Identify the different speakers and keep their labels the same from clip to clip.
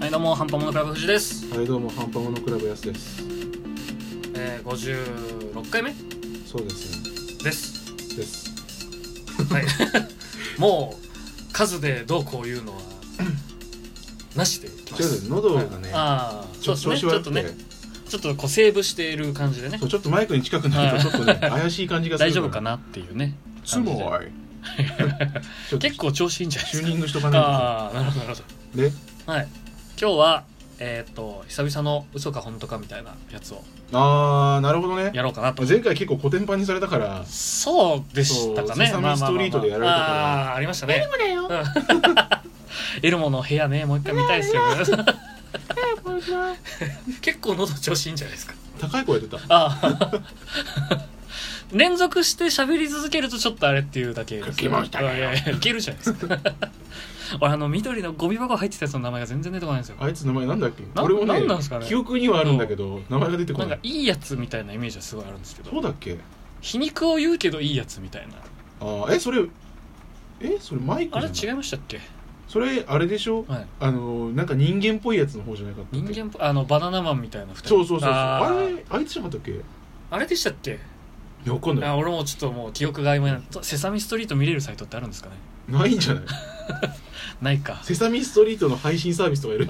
Speaker 1: はいどうも半端ものクラブ藤です、
Speaker 2: はいどうもハンパモノクラブやすです
Speaker 1: えー、56回目
Speaker 2: そうですね
Speaker 1: です、
Speaker 2: です
Speaker 1: はい、もう数でどうこういう のはなしでいきま
Speaker 2: ちょっ
Speaker 1: す
Speaker 2: と喉がね、
Speaker 1: ああ
Speaker 2: ちょ
Speaker 1: そう
Speaker 2: っ
Speaker 1: ですねち
Speaker 2: と調子
Speaker 1: ょ
Speaker 2: 悪
Speaker 1: っ
Speaker 2: く
Speaker 1: と
Speaker 2: て
Speaker 1: ねちょっとこうセーブしている感じでね
Speaker 2: そうちょっとマイクに近くなるとちょっとね
Speaker 1: はい
Speaker 2: 怪しい感じがす
Speaker 1: 大
Speaker 2: る
Speaker 1: 丈夫かなっていうね
Speaker 2: つも
Speaker 1: 感
Speaker 2: い
Speaker 1: じで結構調子いいんじゃないで
Speaker 2: チュ
Speaker 1: す
Speaker 2: ー
Speaker 1: か
Speaker 2: ニングしとかな
Speaker 1: ああなるほどなるほ
Speaker 2: いとね
Speaker 1: どはい今日はえーっと久々の嘘か本当かみたいなやつを
Speaker 2: あーなるほどね
Speaker 1: やろうかなと
Speaker 2: 前回結構コテンパンにされたから
Speaker 1: そうでしたかね。
Speaker 2: そうセサミストリートでやられたから
Speaker 1: まあまあまああーありましたね。エルモだよ。エルモの部屋ね、もう一回見たいですよ。 結構喉調子いいんじゃないですか。
Speaker 2: 高い声出た
Speaker 1: あー連続して喋り続けるとちょっとあれっていうだけです
Speaker 2: 書きました
Speaker 1: い
Speaker 2: ね
Speaker 1: やいやいけるじゃないです か。俺あの緑のゴミ箱入ってたやつの名前が全然出てこないんですよ。
Speaker 2: あいつ名前なんだっけ
Speaker 1: な
Speaker 2: 俺も
Speaker 1: な
Speaker 2: ね
Speaker 1: んなんすかね
Speaker 2: 記憶にはあるんだけど名前が出てこ
Speaker 1: なん
Speaker 2: な
Speaker 1: か
Speaker 2: い
Speaker 1: いいやつみたいなイメージはすごいあるんですけ
Speaker 2: そ
Speaker 1: ど
Speaker 2: うだっけ
Speaker 1: 皮肉を言うけどいいやつみたいな
Speaker 2: あーえそれえそれマイク
Speaker 1: あ
Speaker 2: じ
Speaker 1: れ
Speaker 2: ゃな
Speaker 1: 違いま
Speaker 2: い
Speaker 1: したっけ
Speaker 2: それあれでしょ
Speaker 1: はい
Speaker 2: あのなんか人間っぽいやつの方じゃなかったっ
Speaker 1: 人
Speaker 2: け
Speaker 1: 間っぽあのバナナマンみたいな二人
Speaker 2: そうそうそうそう
Speaker 1: あ
Speaker 2: あ
Speaker 1: ー
Speaker 2: れあいつじゃなかったっけい
Speaker 1: あれでしたっけ
Speaker 2: やわかんない
Speaker 1: あ俺もちょっともう記憶が曖昧なとセサミストリート見れるサイトってあるんですかね
Speaker 2: ないんじ ゃない
Speaker 1: ない か
Speaker 2: セサミストリートの配信サービスとかやる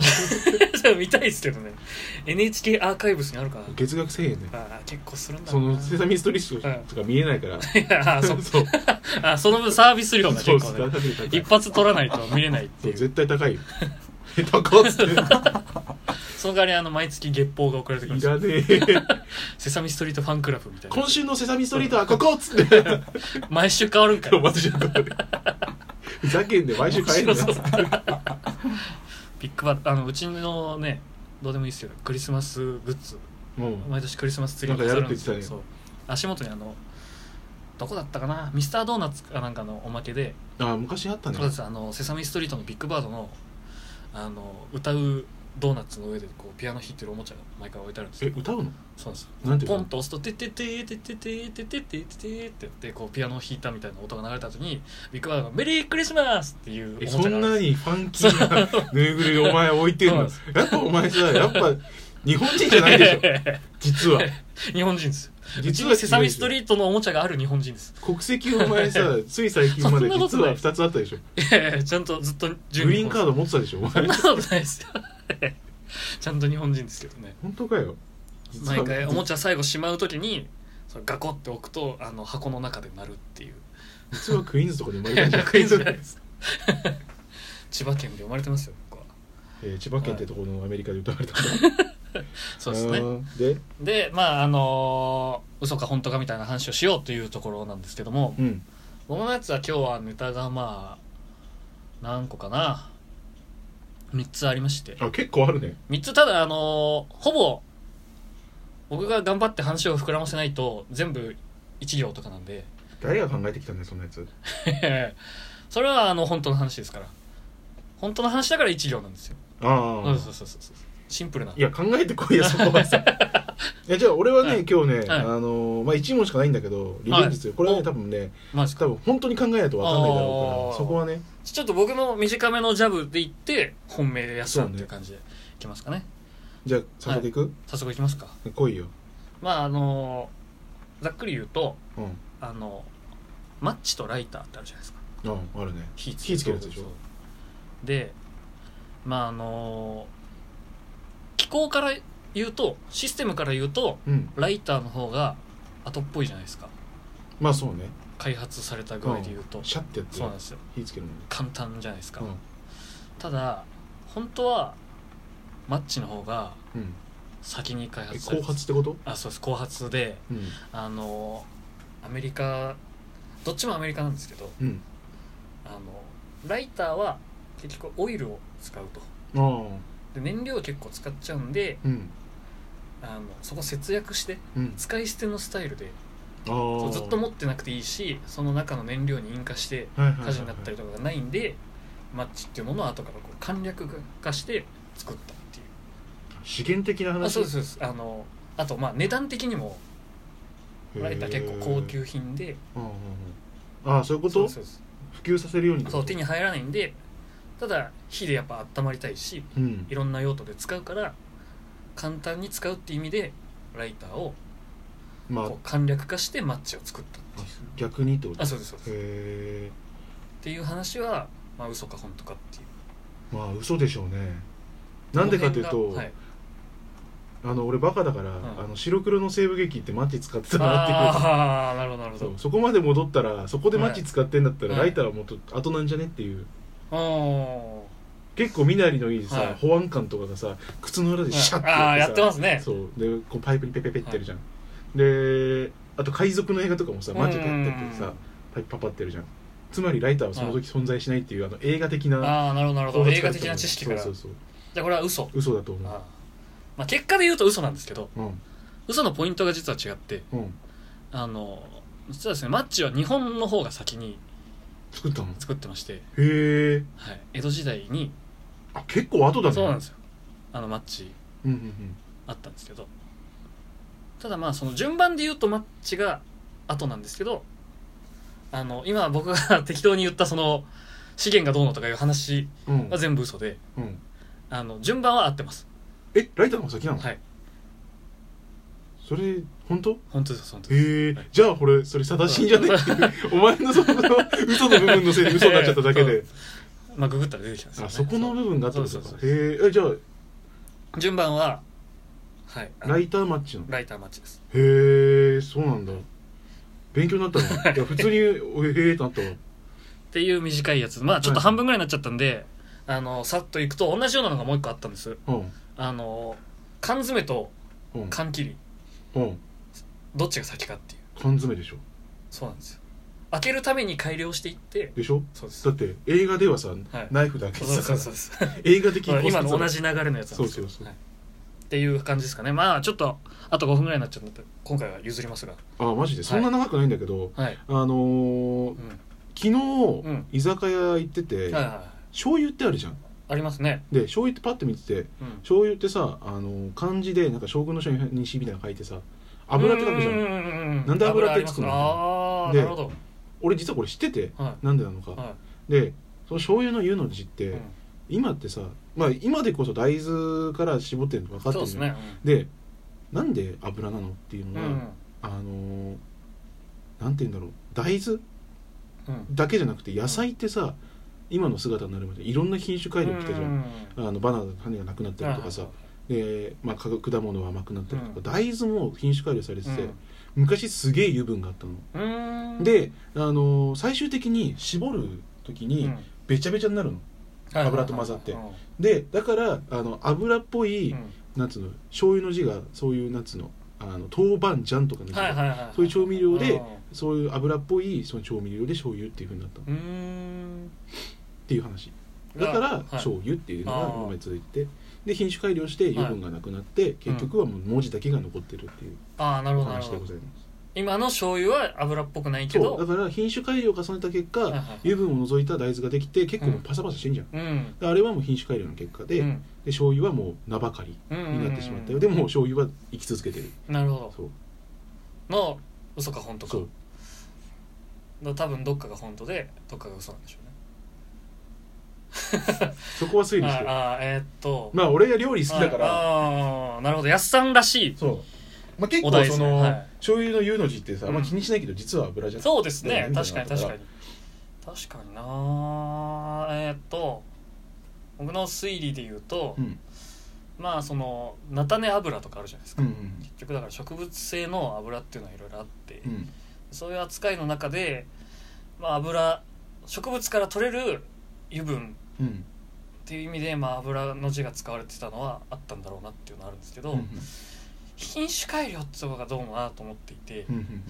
Speaker 1: 見たいですけどね NHK アーカイブスにあるかな
Speaker 2: 月額1000円ね
Speaker 1: あー結構するんだ
Speaker 2: そ
Speaker 1: ろう
Speaker 2: の
Speaker 1: な
Speaker 2: セサミストリー
Speaker 1: うん
Speaker 2: トとか見えないから、
Speaker 1: いやあー
Speaker 2: そ
Speaker 1: そう
Speaker 2: そう
Speaker 1: あその分サービス料が
Speaker 2: そう
Speaker 1: 結
Speaker 2: そ
Speaker 1: 構
Speaker 2: う
Speaker 1: ね
Speaker 2: 高い
Speaker 1: 一発取らないと見れないって
Speaker 2: そう
Speaker 1: いう
Speaker 2: 絶対高いよえ高っつってい
Speaker 1: その代わりあの毎月月報が送られてくるんですよ
Speaker 2: らねえ
Speaker 1: セサミストリートファンクラブみたいな
Speaker 2: 今週のセサミストリートはここっつって
Speaker 1: 毎週変わるんかい
Speaker 2: お待たせしちゃったふざけんで毎週買える
Speaker 1: 面
Speaker 2: な
Speaker 1: 白そうビッグバッあのうちのねどうでもいいですけどクリスマスグッズ
Speaker 2: もう
Speaker 1: 毎年クリスマスツリーを
Speaker 2: なんかやるって言っ
Speaker 1: 飾
Speaker 2: てた
Speaker 1: るん
Speaker 2: ね
Speaker 1: ですけどそう足元にあのどこだったかなミスタードーナツかなんかのおまけで、
Speaker 2: あ昔あったね
Speaker 1: そうですあのセサミストリートのビッグバードのあの歌うドーナツの上でこうピアノ弾いてるおもちゃが毎回置いてあるんです
Speaker 2: え
Speaker 1: よ
Speaker 2: 歌うの
Speaker 1: そうなんです
Speaker 2: なんていう
Speaker 1: ポン
Speaker 2: の
Speaker 1: と押すと「てててててててててて」ってやってこうピアノを弾いたみたいな音が流れた後にビッグバードが「メリークリスマス!」っていう
Speaker 2: え
Speaker 1: おもち
Speaker 2: そ
Speaker 1: ゃがあるん
Speaker 2: んな
Speaker 1: です
Speaker 2: にファンキーなぬいぐるみお前置いてる の
Speaker 1: そ
Speaker 2: やっぱお前さやっぱ日本人じゃないでし ょ実は
Speaker 1: 日本人ですうち
Speaker 2: 実
Speaker 1: に
Speaker 2: は
Speaker 1: セサミスト
Speaker 2: ー
Speaker 1: リートのおもちゃがある日本人です
Speaker 2: ト国籍お前 さつい最近まで
Speaker 1: そんなこと
Speaker 2: 実
Speaker 1: ない
Speaker 2: は2つあったでしょ
Speaker 1: いやいやちゃんとずっと準
Speaker 2: グ
Speaker 1: 備
Speaker 2: リーンカード持ってたでしょお
Speaker 1: そんな
Speaker 2: 前
Speaker 1: ことないですよちゃんと日本人ですけどね
Speaker 2: 本当かよ実は
Speaker 1: 毎回おもちゃ最後しまう時にそのガコって置くとあの箱の中で鳴るっていう
Speaker 2: 実はクイーンズとかで生まれたんじゃん
Speaker 1: クイズじゃないです千葉県で生まれてますよ僕は
Speaker 2: えー千葉県ってところのアメリカで歌われた
Speaker 1: そうですね
Speaker 2: ねで
Speaker 1: でまああのー嘘か本当かみたいな話をしようというところなんですけども
Speaker 2: うん
Speaker 1: 僕のやつは今日はネタがまあ何個かな3つありまして
Speaker 2: あ結構あるね
Speaker 1: 3つただあのーほぼ僕が頑張って話を膨らませないと全部1行とかなんで
Speaker 2: 誰が考えてきたんだよそんなやつ
Speaker 1: それはあの本当の話ですから本当の話だから1行なんですよ
Speaker 2: あ
Speaker 1: そう
Speaker 2: あ
Speaker 1: そうそうそうそうシンプルない
Speaker 2: や考えてこいやそこ はさいやじゃあ俺はね、
Speaker 1: はい
Speaker 2: 今日ね、
Speaker 1: い
Speaker 2: あのーまあ、1問しかないんだけどリベンジする、
Speaker 1: はい
Speaker 2: これは
Speaker 1: お
Speaker 2: ね多分ね
Speaker 1: マジか
Speaker 2: 多分本当に考えないと分かんない
Speaker 1: あ
Speaker 2: だろう
Speaker 1: ー
Speaker 2: からそこはね
Speaker 1: ちょっと僕の短めのジャブで言って本命で休むっていう感じでいきますかね
Speaker 2: じゃあ早速いく、
Speaker 1: 早速いきますか
Speaker 2: 来いよ、
Speaker 1: まああのーざっくり言うと
Speaker 2: うん、
Speaker 1: あのマッチとライターってあるじゃないですか
Speaker 2: うんあるね
Speaker 1: 火
Speaker 2: 火つけるやつでしょ
Speaker 1: でまああの機構から言うとシステムから言うと
Speaker 2: うん
Speaker 1: ライターの方が後っぽいじゃないですか
Speaker 2: まあそうね
Speaker 1: 開発された具合で言うと、
Speaker 2: シャッてやって
Speaker 1: そうなんですよ
Speaker 2: 火つけるのね
Speaker 1: 簡単じゃないですか、
Speaker 2: う
Speaker 1: ただ本当はマッチの方が
Speaker 2: ん、うん、
Speaker 1: 先に開
Speaker 2: え
Speaker 1: 発され
Speaker 2: 後
Speaker 1: て
Speaker 2: 発ってこと
Speaker 1: あそうです後発で
Speaker 2: うん
Speaker 1: あのアメリカどっちもアメリカなんですけど
Speaker 2: うん
Speaker 1: あのライターは結局オイルを使うと
Speaker 2: あ
Speaker 1: で燃料を結構使っちゃうんで
Speaker 2: あうん
Speaker 1: あのそこ節約して
Speaker 2: うん
Speaker 1: 使い捨てのスタイルで
Speaker 2: あー
Speaker 1: ずっと持ってなくていいしその中の燃料に引火して
Speaker 2: はいはいはいは
Speaker 1: 火
Speaker 2: い
Speaker 1: 事になったりとかがないんでマッチっていうものを後からこう簡略化して作ったっていう
Speaker 2: 資源的な話
Speaker 1: あそうですそうですあのあとまあ値段的にも
Speaker 2: へー
Speaker 1: ライター結構高級品で
Speaker 2: うんうんうんああそういうこと
Speaker 1: そうです
Speaker 2: 普及させるように
Speaker 1: そう手に入らないんでただ火でやっぱ温まりたいし
Speaker 2: うん
Speaker 1: いろんな用途で使うから簡単に使うって意味でライターを
Speaker 2: まあ
Speaker 1: こう簡略化してマッチを作った
Speaker 2: あ逆にってこと
Speaker 1: あ
Speaker 2: へ
Speaker 1: そうですそうですっ
Speaker 2: え
Speaker 1: ていう話はまあ嘘か本当かっていう
Speaker 2: まあ嘘でしょうねなんでかという、
Speaker 1: ことの辺 がはい
Speaker 2: あの俺バカだから、
Speaker 1: ん
Speaker 2: あの白黒の西部劇ってマッチ使ってたなっていう
Speaker 1: ああなるほどなるほ
Speaker 2: そう
Speaker 1: ど
Speaker 2: そこまで戻ったらそこでマッチ使ってんだったら、
Speaker 1: はい
Speaker 2: ライターはもっと後なんじゃねっていう
Speaker 1: お
Speaker 2: 結構身なりのいいさ、
Speaker 1: はい
Speaker 2: 保安官とかがさ靴の裏でシャッて
Speaker 1: はいあーやってますね
Speaker 2: そうでこうパイプにペペペってやるじゃん、であと海賊の映画とかもさマジでやってって
Speaker 1: うん
Speaker 2: さパイプパパってやるじゃんつまりライターはその時存在しないっていう、あの映画的
Speaker 1: ー
Speaker 2: な
Speaker 1: あーなるほどなるほど
Speaker 2: 方法
Speaker 1: 映
Speaker 2: 使
Speaker 1: 画
Speaker 2: われて
Speaker 1: 的
Speaker 2: る
Speaker 1: な知識から
Speaker 2: そ
Speaker 1: じ
Speaker 2: うそう
Speaker 1: ゃあこれは嘘
Speaker 2: そう嘘だと思
Speaker 1: あー
Speaker 2: う
Speaker 1: まあ結果で言うと嘘なんですけど
Speaker 2: うん
Speaker 1: 嘘のポイントが実は違って
Speaker 2: うん
Speaker 1: あの実はですねマッチは日本の方が先に
Speaker 2: 作ったのへ
Speaker 1: 作ってまして、
Speaker 2: え
Speaker 1: はい、江戸時代に
Speaker 2: あ結構後だね
Speaker 1: そうなん
Speaker 2: す
Speaker 1: ですよあのマッチ
Speaker 2: うんうん
Speaker 1: あったんですけどただまあその順番で言うとマッチが後なんですけどあの今僕が適当に言ったその資源がどうのとかいう話
Speaker 2: うんうん
Speaker 1: は全部嘘で
Speaker 2: うん
Speaker 1: あの順番は合ってます
Speaker 2: えライターの方が先なの
Speaker 1: はい
Speaker 2: それ本当
Speaker 1: 本当です本当です
Speaker 2: へえじゃあこれそれ正しいんじゃね えお前のそこの嘘の部分のせいで嘘になっちゃっただけで
Speaker 1: まあググったら出てきたんですよ、
Speaker 2: あ
Speaker 1: ね、
Speaker 2: そこの部分がってこ
Speaker 1: そ
Speaker 2: と
Speaker 1: うそう
Speaker 2: か
Speaker 1: そうそう
Speaker 2: へええじゃあ
Speaker 1: 順番ははいあの
Speaker 2: ライターマッチなの
Speaker 1: ライターマッチです
Speaker 2: へえそうなんだ勉強になった のいや普通におへえってなったわ
Speaker 1: っていう短いやつまあちょっと
Speaker 2: はい
Speaker 1: 半分ぐらいになっちゃったんで、あのさっといくと同じようなのがもう一個あったんです
Speaker 2: うん
Speaker 1: あの缶詰と
Speaker 2: うん
Speaker 1: 缶切り
Speaker 2: うん
Speaker 1: どっちが先かっていう
Speaker 2: 缶詰でしょ
Speaker 1: そうなんですよ開けるために改良していって
Speaker 2: でしょ
Speaker 1: そうです
Speaker 2: だって映画ではさ
Speaker 1: はい
Speaker 2: ナイフだけ
Speaker 1: そう
Speaker 2: さ
Speaker 1: そうそうそう
Speaker 2: 映画的
Speaker 1: まあ今の同
Speaker 2: じ
Speaker 1: じ流れのやつなんですけど
Speaker 2: そうそうそう
Speaker 1: はいっていう感じですかねまあちょっとあと5分ぐらいになっちゃうんで今回は譲りますが
Speaker 2: あマジでそんな長くないんだけど
Speaker 1: はい、
Speaker 2: あのー
Speaker 1: う
Speaker 2: 昨
Speaker 1: ん
Speaker 2: 日居酒屋行って
Speaker 1: ん、はい
Speaker 2: て
Speaker 1: はいはい
Speaker 2: 醤油ってあるじゃん
Speaker 1: ありますね
Speaker 2: で醤油ってパッて見てて
Speaker 1: うん
Speaker 2: 醤油ってさあの漢字でなんか将軍の将に西みたいなの書いてさ油って書くじゃん
Speaker 1: ん
Speaker 2: なんで油ってつくの
Speaker 1: ああー
Speaker 2: で
Speaker 1: なるほど
Speaker 2: 俺実はこれ知ってて
Speaker 1: は
Speaker 2: なんでなのか、
Speaker 1: いは
Speaker 2: でその醤油の湯の字って、
Speaker 1: い、うん
Speaker 2: 今ってさまあ今でこそ大豆から絞ってるの分かって
Speaker 1: そう
Speaker 2: る
Speaker 1: です
Speaker 2: じゃん
Speaker 1: ね
Speaker 2: でなんで油なのっていう
Speaker 1: う
Speaker 2: の
Speaker 1: ん
Speaker 2: は、あのーなんて言うんだろう大豆
Speaker 1: うん
Speaker 2: だけじゃなくて野菜ってさ、今の姿になるまでいろんな品種改良来てるじゃん、あのバナナの種がなくなったりとかさ、で、まあ、か果物が甘くなったりとか、
Speaker 1: うん
Speaker 2: 大豆も品種改良されて
Speaker 1: うん
Speaker 2: て、昔すげえ油分があったの、
Speaker 1: うんうん
Speaker 2: で、あのー最終的に絞る時
Speaker 1: う
Speaker 2: に
Speaker 1: ん
Speaker 2: べちゃべちゃになるの、油と混ざって
Speaker 1: うん
Speaker 2: でだからあの油っぽい、
Speaker 1: うん
Speaker 2: なんつうの醤油の字がそういうなんつうのあの豆板醤とかの字が、
Speaker 1: はいはいはい
Speaker 2: そういう調味料で
Speaker 1: う
Speaker 2: そういう油っぽいその調味料で醤油っていうふうになったのっ
Speaker 1: んうーん
Speaker 2: ていう話だから、
Speaker 1: はい
Speaker 2: 醤油っていうのが
Speaker 1: あー
Speaker 2: 今まで続いててで品種改良して油分がなくなって、結局はもう文字だけが残ってるっていう
Speaker 1: ああなるほどなる
Speaker 2: 話
Speaker 1: ほ
Speaker 2: で
Speaker 1: ど
Speaker 2: ございます
Speaker 1: 今の醤油は油っぽくないけ
Speaker 2: そう
Speaker 1: ど
Speaker 2: だから品種改良を重ねた結果、
Speaker 1: はいはいはい
Speaker 2: 油分を除いた大豆ができて結構もうパサパサしてんじゃん、
Speaker 1: うん
Speaker 2: であれはもう品種改良の結果で,、
Speaker 1: う
Speaker 2: で
Speaker 1: ん
Speaker 2: 醤油はもう名ばかりになってしまったよ、でも醤油は生き続けてる
Speaker 1: なるほ
Speaker 2: そう
Speaker 1: どの嘘か本当か
Speaker 2: そう
Speaker 1: だから多分どっかが本当でどっかが嘘なんでしょ
Speaker 2: そこは推
Speaker 1: うね
Speaker 2: 理して
Speaker 1: ああえーっと
Speaker 2: まあ俺が料理好きだから
Speaker 1: ああなるほどやっさんらしい
Speaker 2: そう、まあ、結
Speaker 1: お
Speaker 2: 構
Speaker 1: 題です
Speaker 2: そ
Speaker 1: ね
Speaker 2: の、
Speaker 1: はい
Speaker 2: 醤油の「湯」の字ってさあんま
Speaker 1: うん
Speaker 2: 気にしないけど実は油じゃん、
Speaker 1: そうですね
Speaker 2: ね
Speaker 1: 確かに
Speaker 2: みた
Speaker 1: 確
Speaker 2: いな
Speaker 1: かに確かになえーっと僕の推理で言うと、
Speaker 2: うん
Speaker 1: まあその菜種油とかあるじゃないですか、
Speaker 2: うんうん
Speaker 1: 結局だから植物性の油っていうのはいろいろあって、
Speaker 2: うん
Speaker 1: そういう扱いの中で、まあ、油植物から取れる油分
Speaker 2: うん
Speaker 1: っていう意味で、まあ、油の字が使われてたのはあったんだろうなっていうのはあるんですけど、
Speaker 2: うん
Speaker 1: 品種改良ってとこがどうもなと思っていて、
Speaker 2: うんうん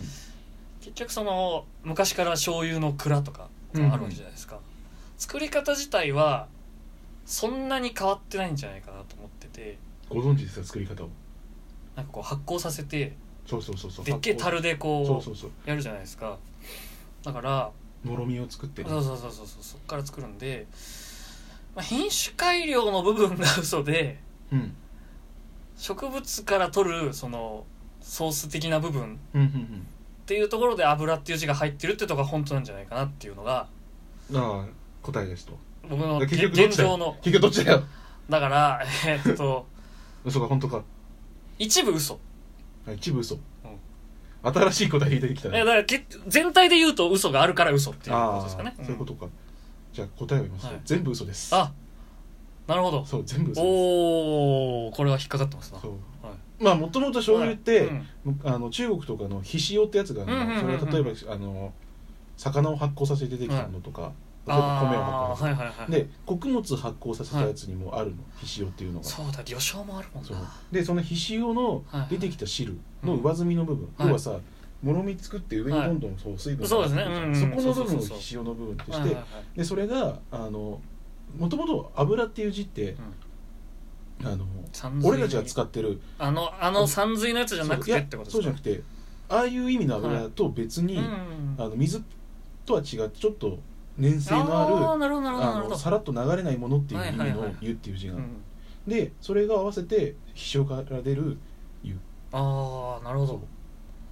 Speaker 1: 結局その昔から醤油の蔵とかがあるわけじゃないですか、作り方自体はそんなに変わってないんじゃないかなと思ってて
Speaker 2: ご存知ですか作り方を
Speaker 1: なんかこう発酵させて
Speaker 2: そうそうそうそう
Speaker 1: でっけえ
Speaker 2: 発
Speaker 1: 樽で
Speaker 2: 酵そう
Speaker 1: こ
Speaker 2: そうそう
Speaker 1: うやるじゃないですかだから
Speaker 2: もろみを作ってる
Speaker 1: そうそうそうそうそうそっから作るんで、まあ、品種改良の部分が嘘で
Speaker 2: うん
Speaker 1: 植物から取るそのソース的な部分
Speaker 2: うんうん
Speaker 1: っていうところで油っていう字が入ってるってとこが本当なんじゃないかなっていうのが
Speaker 2: うんああ答えですと
Speaker 1: 僕の
Speaker 2: だから
Speaker 1: 現
Speaker 2: 結局どっ
Speaker 1: 現
Speaker 2: ちだ
Speaker 1: 状
Speaker 2: よ
Speaker 1: の
Speaker 2: 結局どっちだよ
Speaker 1: だからえーっと
Speaker 2: 嘘か本当か
Speaker 1: 一部嘘
Speaker 2: あ一部嘘、新しい答え出てきた
Speaker 1: えだ
Speaker 2: ね
Speaker 1: からけ全体で言うと嘘があるから嘘っていうこと
Speaker 2: あ
Speaker 1: ですかね
Speaker 2: あーそういうことか、じゃあ答えを言います、
Speaker 1: はい
Speaker 2: 全部嘘です
Speaker 1: あなるほど
Speaker 2: そう全部嘘です
Speaker 1: おおこれは引っかかってますな
Speaker 2: そう
Speaker 1: は
Speaker 2: まあもともと醤油って、
Speaker 1: うん
Speaker 2: あの中国とかのひしおってやつがあるの
Speaker 1: うんうんうんうん
Speaker 2: それは例えばあの魚を発酵させて出てきたものとか、例えば米を
Speaker 1: あ
Speaker 2: 発
Speaker 1: ーは
Speaker 2: 酵さ
Speaker 1: いはいは
Speaker 2: せ
Speaker 1: い
Speaker 2: て、で穀物発酵させたやつにもあるの、ひしおっていうのが
Speaker 1: そうだ魚醤もあるもん
Speaker 2: そう
Speaker 1: な
Speaker 2: でそのひしおの出てきた汁の上積みの部分、
Speaker 1: はい
Speaker 2: 要はさもろみ作って上にどんどんそう水分
Speaker 1: そうですね
Speaker 2: 入ってくる
Speaker 1: うんうん
Speaker 2: そこの部
Speaker 1: そう
Speaker 2: 分
Speaker 1: そう
Speaker 2: を
Speaker 1: そう
Speaker 2: ひしおの部分として、
Speaker 1: はいはいはい
Speaker 2: でそれがあのもともと油っていう字って、あの
Speaker 1: さんずい
Speaker 2: 俺たちが使ってる
Speaker 1: あのあのさんずいのやつじゃなく
Speaker 2: い
Speaker 1: て
Speaker 2: や
Speaker 1: ってこと
Speaker 2: そう
Speaker 1: です
Speaker 2: じゃ
Speaker 1: か
Speaker 2: なくてああいう意味の油と別に、
Speaker 1: うん
Speaker 2: あの水とは違ってちょっと粘性
Speaker 1: あ
Speaker 2: の
Speaker 1: ー
Speaker 2: ある
Speaker 1: なるほどなるほどな
Speaker 2: あ
Speaker 1: るほ
Speaker 2: の
Speaker 1: ど
Speaker 2: さらっと流れないものっていう意味
Speaker 1: はいはいは
Speaker 2: の
Speaker 1: い
Speaker 2: 「湯」っていう字が、
Speaker 1: うん
Speaker 2: でそれが合わせて飛翔から出る
Speaker 1: ああなるほど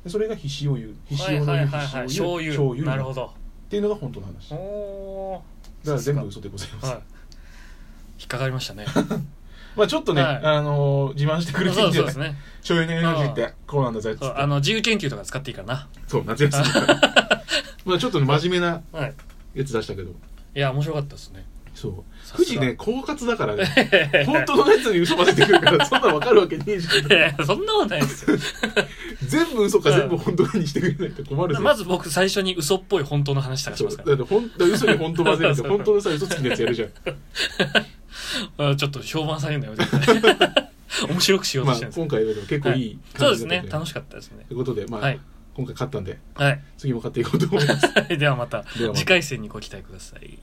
Speaker 2: でそれが飛翔湯飛
Speaker 1: は
Speaker 2: 翔
Speaker 1: い
Speaker 2: の
Speaker 1: はいはい
Speaker 2: 湯
Speaker 1: はい
Speaker 2: 飛
Speaker 1: 醤
Speaker 2: 翔
Speaker 1: 油
Speaker 2: 湯醤油
Speaker 1: なるほど
Speaker 2: っていうのが本当の話
Speaker 1: お
Speaker 2: だか
Speaker 1: お
Speaker 2: ら全部嘘でございます、
Speaker 1: はい引っかかりましたね
Speaker 2: まあちょっとね、
Speaker 1: はい
Speaker 2: あのー自慢して くれていい
Speaker 1: そ
Speaker 2: ん
Speaker 1: う
Speaker 2: じゃ
Speaker 1: そう
Speaker 2: な
Speaker 1: です
Speaker 2: い
Speaker 1: ね
Speaker 2: 醤油のエナジーってこうなんだぜっつって
Speaker 1: そうあの自由研究とか使っていいからな
Speaker 2: そう夏休みだから まあちょっとね真面目な
Speaker 1: はい
Speaker 2: やつ出したけど
Speaker 1: いや面白かったですね
Speaker 2: そう
Speaker 1: さすが
Speaker 2: 富士ね狡猾だ からね本当のやつに嘘混ぜてくるからそんなん分かるわけねえし
Speaker 1: いやそんなことないですよ
Speaker 2: 全部嘘か全部本当にしてくれないと困るぜ。
Speaker 1: まず僕最初に嘘っぽい本当の話探し
Speaker 2: そう
Speaker 1: ます
Speaker 2: だ
Speaker 1: か
Speaker 2: って本当嘘に本当混ぜるって
Speaker 1: そう
Speaker 2: 本当のさ嘘つきのやつやるじゃん。
Speaker 1: らあちょっと評判されるのやめて面白くしよう
Speaker 2: ま
Speaker 1: とし
Speaker 2: あ
Speaker 1: てるんです
Speaker 2: 今回はでも結構いい
Speaker 1: そう
Speaker 2: 感
Speaker 1: です
Speaker 2: じだった
Speaker 1: ね楽し
Speaker 2: か
Speaker 1: かったですね
Speaker 2: ということでま
Speaker 1: は
Speaker 2: あ
Speaker 1: い
Speaker 2: 今回勝ったんで
Speaker 1: はい
Speaker 2: 次も勝っていこうと思います。
Speaker 1: ではまた
Speaker 2: ではまた
Speaker 1: 次回戦にご期待ください